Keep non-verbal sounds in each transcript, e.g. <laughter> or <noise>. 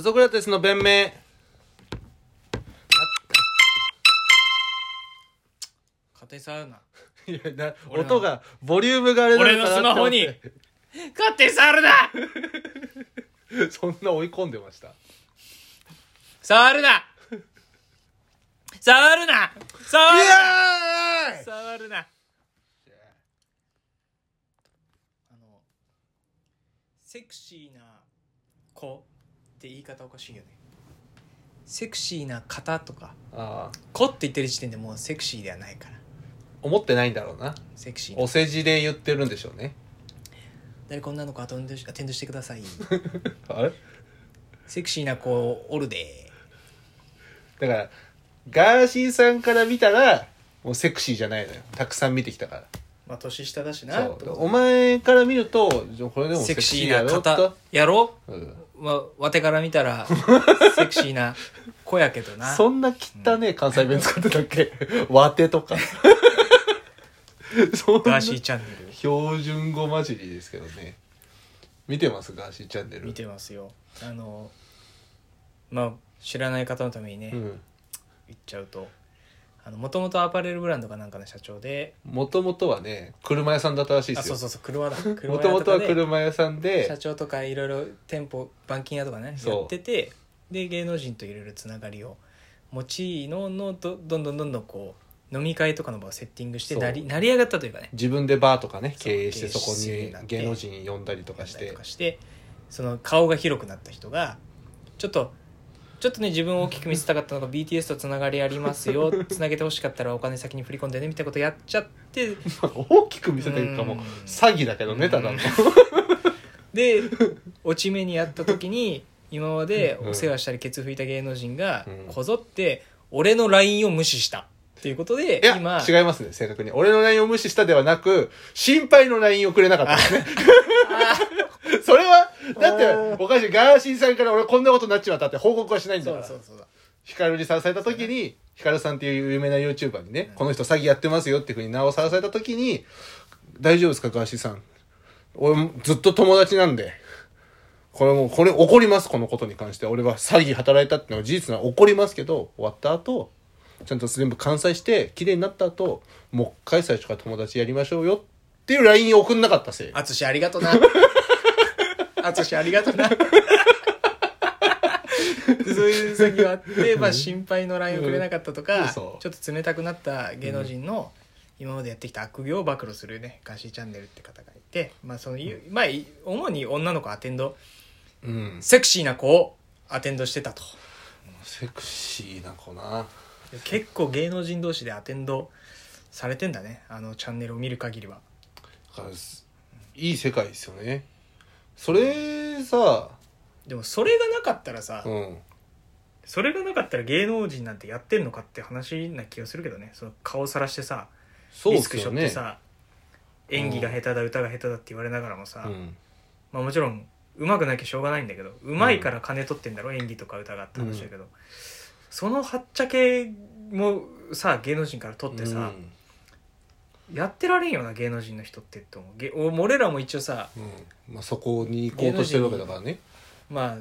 ソクラテスの弁明 <laughs> 勝手に触るないやな俺の音がボリュームがあれな俺かなのってスマホに思って勝手に触るな <laughs> そんな追い込んでました触るな触るな触るな触るなあのセクシーな子って言い方おかしいよねセクシーな方とかああ子って言ってる時点でもうセクシーではないから思ってないんだろうなセクシーなお世辞で言ってるんでしょうね <laughs> 誰か女の子アテンドしアテンドしてくださ <laughs> いあれセクシーな子おるでだからガーシーさんから見たらもうセクシーじゃないのよたくさん見てきたからまあ年下だしなそうお前から見るとこれでもセセククシシーーやなろ方と、やろうん、わわてから見 <laughs> たらセクシーな子やけどなそんな汚ねえ関西弁使ってたっけ <laughs> わてとかそんガなーシーチャンネル標準語混じりですけどね見てますガーシーチャンネル見てますよあのまあ知らない方のためにね、うん言っちゃうともともとアパレルブランドかなんかの社長でもともとはね車屋さんだったらしいであすそようそうそう車だも車屋ともととかはで車屋さん社で長とかいろいろ店舗板金屋とかねそうやっててで芸能人といろいろつながりを持ちののどどんどんどんどんこう飲み会とかの場をセッティングしてそう成り成り上がったというかね自分でバーとかねそう経営してそこ経営してなっにて芸能人呼んだりとかしやったりてとかしてその顔が広くなった人がちょっとちょっとね自分を大きく見せたかったのが BTS とつながりありま <laughs> すよつなげてほしかったらお金先に振り込んでねみたいなことやっちゃって大きく見せてるかもうん詐欺だけどねただのうんで落ち目にやった時に今までお世話したりケツ拭いた芸能人がうんこぞって俺の LINE を無視したっていうことでいや今違いますね正確に俺の LINE を無視したではなく心配の LINE をくれなかったですね <laughs> それはだっておかしいガーシーさんから俺こんなことになっちまったって報告はしないんだそかうらそうそうだヒカルにさらされた時に、ヒカルさんっていう有名な YouTuber にね、この人詐欺やってますよっていうふうに名をさらされた時に、大丈夫ですか、ガーシーさん。俺もずっと友達なんで、これもう、これ怒ります、このことに関して。俺は詐欺働いたってのは事実なら怒りますけど、終わった後、ちゃんと全部完済して、綺麗になった後、もう一回最初から友達やりましょうよっていう LINE を送んなかったせい。淳ありがとな淳ありがとなでそういう詐欺があって、まあ、心配の LINE をくれなかったとうか、んちそょうっと冷たくなった芸能人の今までやってきた悪行を暴露するねガーシーチャンネルって方がいて、まあそのいうまあ、い主に女の子アテンドうん。セクシーな子をアテンドしてたとセクシーな子な。結構芸能人同士でアテンドされてんだねあのチャンネルを見る限りはだからすいい世界ですよね。それさ、でもそれがなかったらさ、うん。それがなかったら芸能人なんてやってんのかって話な気がするけどねその顔さらしてさ、そうリでスクすしょよってね。さ演技が下手だ歌が下手だって言われながらもさ、うん。まあ、もちろん上手くなきゃしょうがないんだけど上手いから金取ってんだろ、演技とか歌がって話だけど、そのはっちゃけもさ芸能人から取ってさ、やってられんよな芸能人の人ってって思うげお俺らも一応さうん、うんまあ、そこに行こうとしてるわけだからね。まあ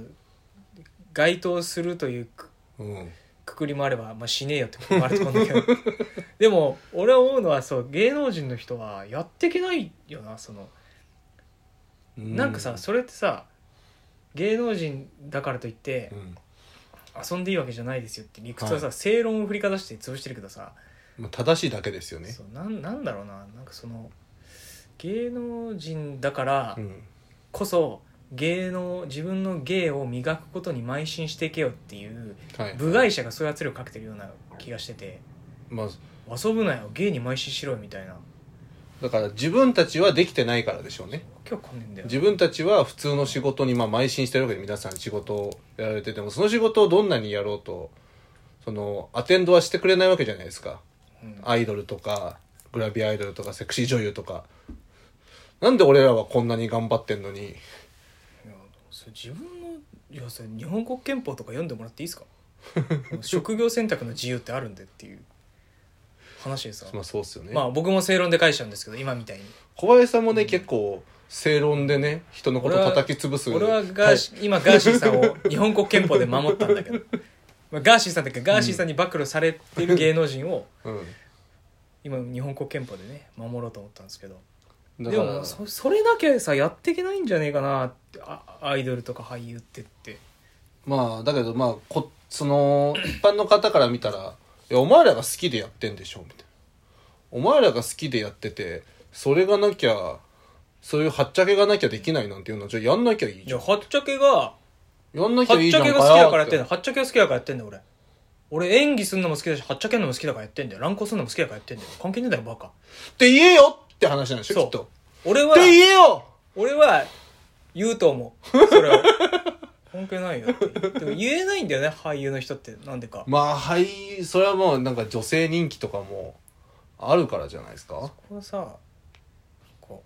該当するというくうん。くくりもあれば、まあ、しねえよってこともあると思うんだけ <laughs> どでも俺思うのはそう芸能人の人はやってけないよなそのなんかさ、それってさ芸能人だからといってうん遊んでいいわけじゃないですよって理屈はさ、は正論を振りかざして潰してるけどさ、まあ、正しいだけですよね。そうなんなんだろうななんかその芸能人だからうん。こそ芸能自分の芸を磨くことに邁進していけよっていうはい。部外者がそういう圧力かけてるような気がしてて。まあ、遊ぶなよ芸に邁進しろよみたいなだから自分たちはできてないからでしょうね。今日こんねんだよ自分たちは普通の仕事にまあ邁進してるわけで皆さん仕事をやられててもその仕事をどんなにやろうとそのアテンドはしてくれないわけじゃないですかうんアイドルとかグラビアアイドルとかセクシー女優とかなんで俺らはこんなに頑張ってんのにいやそれ自分のいやそれ日本国憲法とか読んでもらってい <laughs> いですかもう職業選択の自由ってあるんでっていう話でさ、まあそうっすよね、まあ僕も正論で返しちゃうんですけど今みたいに小林さんもね、結構正論でね人のこと俺は叩き潰す俺はガーシ、今ガーシーさんを日本国憲法で守った <laughs> んだけどまあガーシーさんだけどガーシーさんに暴露されてる芸能人をはい今日本国憲法でね守ろうと思ったんですけどうん、だでからもそそれだけさやっていけないんじゃねえかなってあアイドルとか俳優ってってまあだけどまあこその一般の方から見たら「いやお前らが好きでやってんでしょ」みたいな「お前らが好きでやっててそれがなきゃそういうはっちゃけがなきゃできないなんていうのはじゃあやんなきゃいいいじゃやんはっちゃけがやんなきはゃいっいちじゃゃんけよが好きだからやってんだっよはっちゃけが好きだからやってんだよ俺俺演技すんのも好きだしはっちゃけんのも好きだからやってんだよ乱行すんのも好きだからやってんだよ関係ねえだろバカて言えよって話なんでしょそうきっと俺はって言えよ俺は言うと思うそれは関係ないよってでも言えないんだよね俳優の人ってなんでかまあはいそれはもうなんか女性人気とかもあるからじゃないですかこれさこ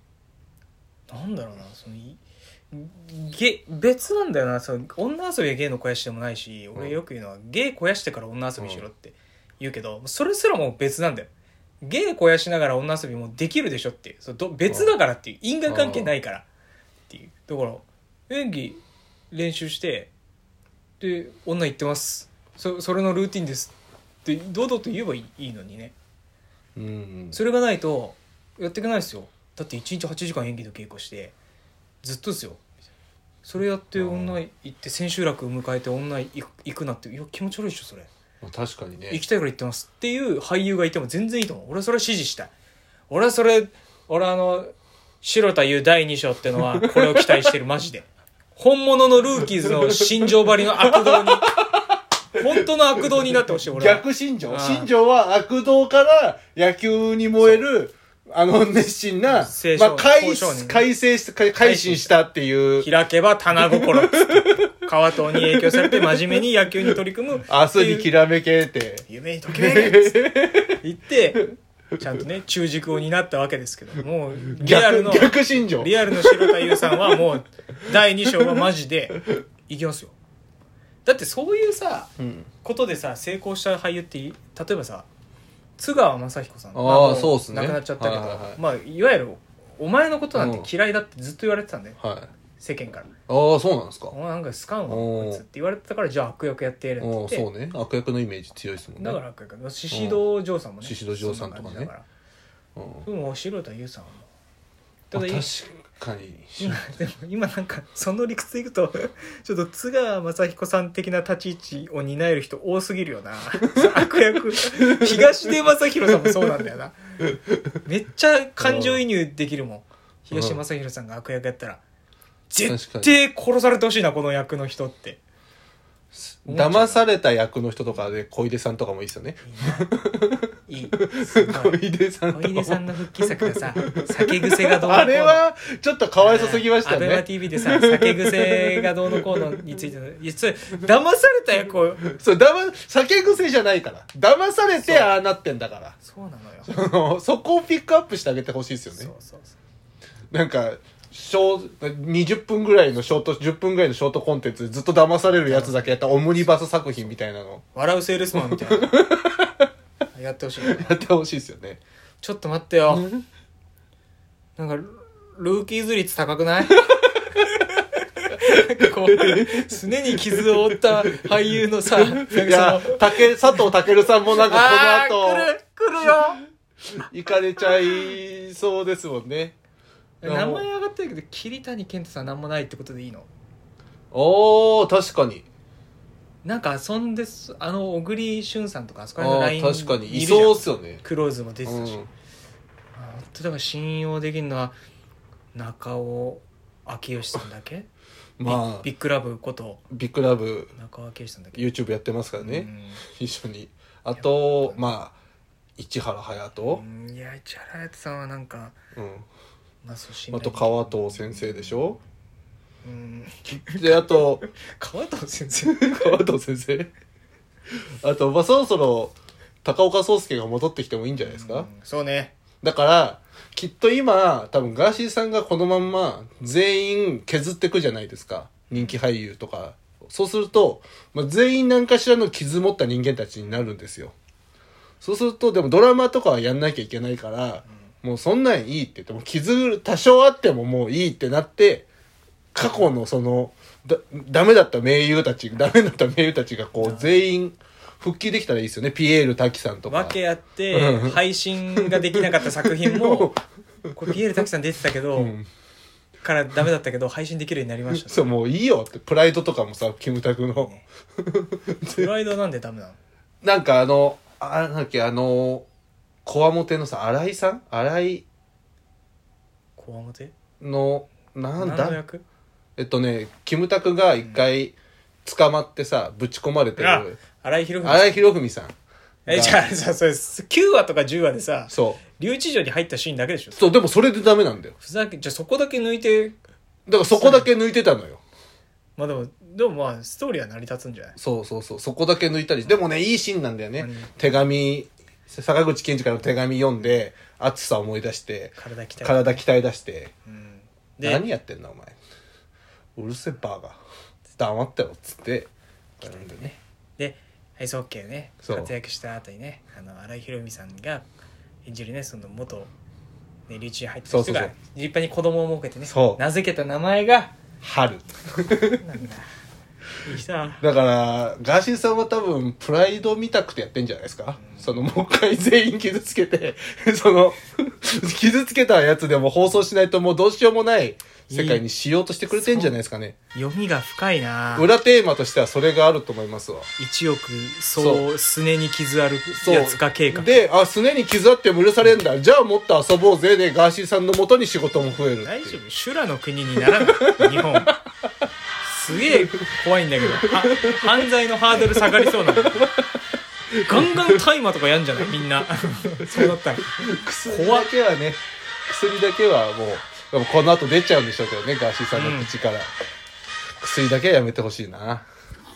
うなんだろうなそのいげ別なんだよなその女遊びは芸の肥やしでもないしう俺んよく言うのは芸肥やしてから女遊びしろって言うけど、それすらもう別なんだよ芸肥やしながら女遊びもできるでしょっていうそのど別だからっていう因果関係ないからっていうだから演技練習してで女行ってますそそれのルーティンですって堂々と言えばいいいいのにねうんそれがないとやっていけないですよだって1日8時間演技の稽古してずっとですよそれやってうん女行って千秋楽迎えて女行く行くなっていや気持ち悪いでしょそれまあ確かにね行きたいから行ってますっていう俳優がいても全然いいと思う俺はそれは支持したい俺はそれ俺はあの白田優第2章って <laughs> のはこれを期待してるマジで本物のルーキーズの心情張りの悪 <laughs> 道に本当の悪道になってほしい俺は逆新う庄ん新庄は悪道から野球に燃えるあの熱心な、まあ青少、改青少年改正した改改心したっていう開けば棚心っつって川藤に影響されて真面目に野球に取り組む明日にきらめけって夢にときめけっつって言ってちゃんとね中軸を担ったわけですけどもうリアル逆の逆新庄リアルの白田優さんはもう第2章はマジでいきますよだってそういうさうんことでさ成功した俳優ってい例えばさ津川雅彦さんあーまもそうっすね亡くなっちゃったけど、はいはいはいまあ、いわゆるお前のことなんて嫌いだってずっと言われてたんだよ、はい世間からああそうなんですかお前なんか好かんわおーこいつって言われてたからじゃあ悪役やってやるってお言っーそうてね悪役のイメージ強いですもんねだから悪役宍戸嬢さんもね宍戸嬢さんとかねそな感じだらうんでも白田優さんはもうまたあだ確今かに <laughs> でも今なんかその理屈でいくとちょっと津川雅彦さん的な立ち位置を担える人多すぎ <laughs> るよな悪役東出昌大さんもそうなんだよなめっちゃ感情移入できるもん東出昌大さんが悪役やったら絶対殺されてほしいなこの役の人って思っちゃう騙された役の人とかで小出さんとかもいいですよねい <laughs> いすご小い出さんと小かも出さんの復帰作がさ酒癖がどうのこうのあれはちょっとかわいそすぎましたアベマね TV でさ酒癖がどうのこうのについてのいやそれ騙された役をそうだま酒癖じゃないから騙されそうてああなってんだから <laughs> そうなのよあのそこをピックアップしてあげてほしいですよそうねそうそうなんかショー20分ぐらいのショート10分ぐらいのショートコンテンツでずっと騙されるやつだけやったオムニバス作品みたいなの笑うセールスマンみたいなやってほしいよね <laughs> やってほしいですよねちょっと待っ <laughs> てよなんかルルーキーズ率高くない <laughs> なんかこうすねに傷を負った俳優のさなんかそのいや武佐藤健さんもなんあかーこの来後る来るよ行かれちゃいそうですもんね名前上がってるけど桐谷健太さんなんもないってことでいいのおー確かになんか遊んでそあの小栗旬さんとかあそこあら辺のライーン確かにいるじゃんそうっすよねクローズも出てうたし、んあー本当だから信用できるのは中尾明義さんだけまあビッグラブことビッグラブ中尾明義さんだけ YouTube やってますからうねん <laughs> 一緒にあとまあ市原隼人うんいや市原隼人さんはなんか、うんまあ、そう信あ頼と川藤先生でしょうんであと川藤先生川藤先生あとまあそろそろ高岡壮介が戻ってきてもいいんじゃないですか、うんそうねだからきっと今多分ガーシーさんがこのまんま全員削ってくじゃないですか人気俳優とかそうすると、まあ、全員何かしらの傷持った人間たちになるんですよそうするとでもドラマとかはやんなきゃいけないから、もうそんなんいいって言ってもう傷多少あってももういいってなって過去のそのだダメだった名優たちダメだった名優たちがこう全員復帰できたらいいですよねピエール滝さんとかわけあってうん配信ができなかった作品もこれピエール滝さん出てたけど、 <laughs> うんからダメだったけど配信できるようになりまし <laughs> た、そうもういいよってプライドとかもさキムタクの <laughs> プライドはなんでダメなのなんかあのあなんだっけあのこわもてのさ新井さん新井こわもてのなん何のだ役えっとねキムタクが一回捕まってさぶち込まれてある荒井博文荒井博文さんえじゃあさそれ9話とか10話でさそ留置場に入ったシーンだけでしょうそうでもそれでダメなんだよふざけじゃあそこだけ抜いてだからそこだけ抜いてたのよまあでもでもまあストーリーは成り立つんじゃないそうそうそうそこだけ抜いたりでもねいいシーンなんだよねうん手紙坂口健二からの手紙読んで暑さ思い出して体鍛えて体鍛え出してうんで何やってんだお前うるせえバーガー黙ってよっつってやるんだよねでアイスホッケーねそう活躍した後にねあの荒井博文さんが演じるねその元、ね、留置に入ったそう人そうそがう立派に子供を設けてねそう名付けた名前が春なんだいい人だだからガーシーさんは多分プライド見たくてやってんじゃないですか、そのもう一回全員傷つけてその傷つけたやつでも放送しないともうどうしようもない世界にしようとしてくれてんじゃないですかね読みが深いな裏テーマとしてはそれがあると思いますわ一億そ総すねに傷あるやつ化計画であすねに傷あっても許されんだじゃあもっと遊ぼうぜでガーシーさんのもとに仕事も増えるって大いう丈夫修羅の国にならない日本すげえ怖いんだけど <laughs> は犯罪のハードル下がりそうなのガンガン大麻とかやんじゃないみんな <laughs> そうだったら薬だけはね薬だけはもうでもこの後出ちゃうんでしょうけどねガーシーさんの口から、薬だけはやめてほしいな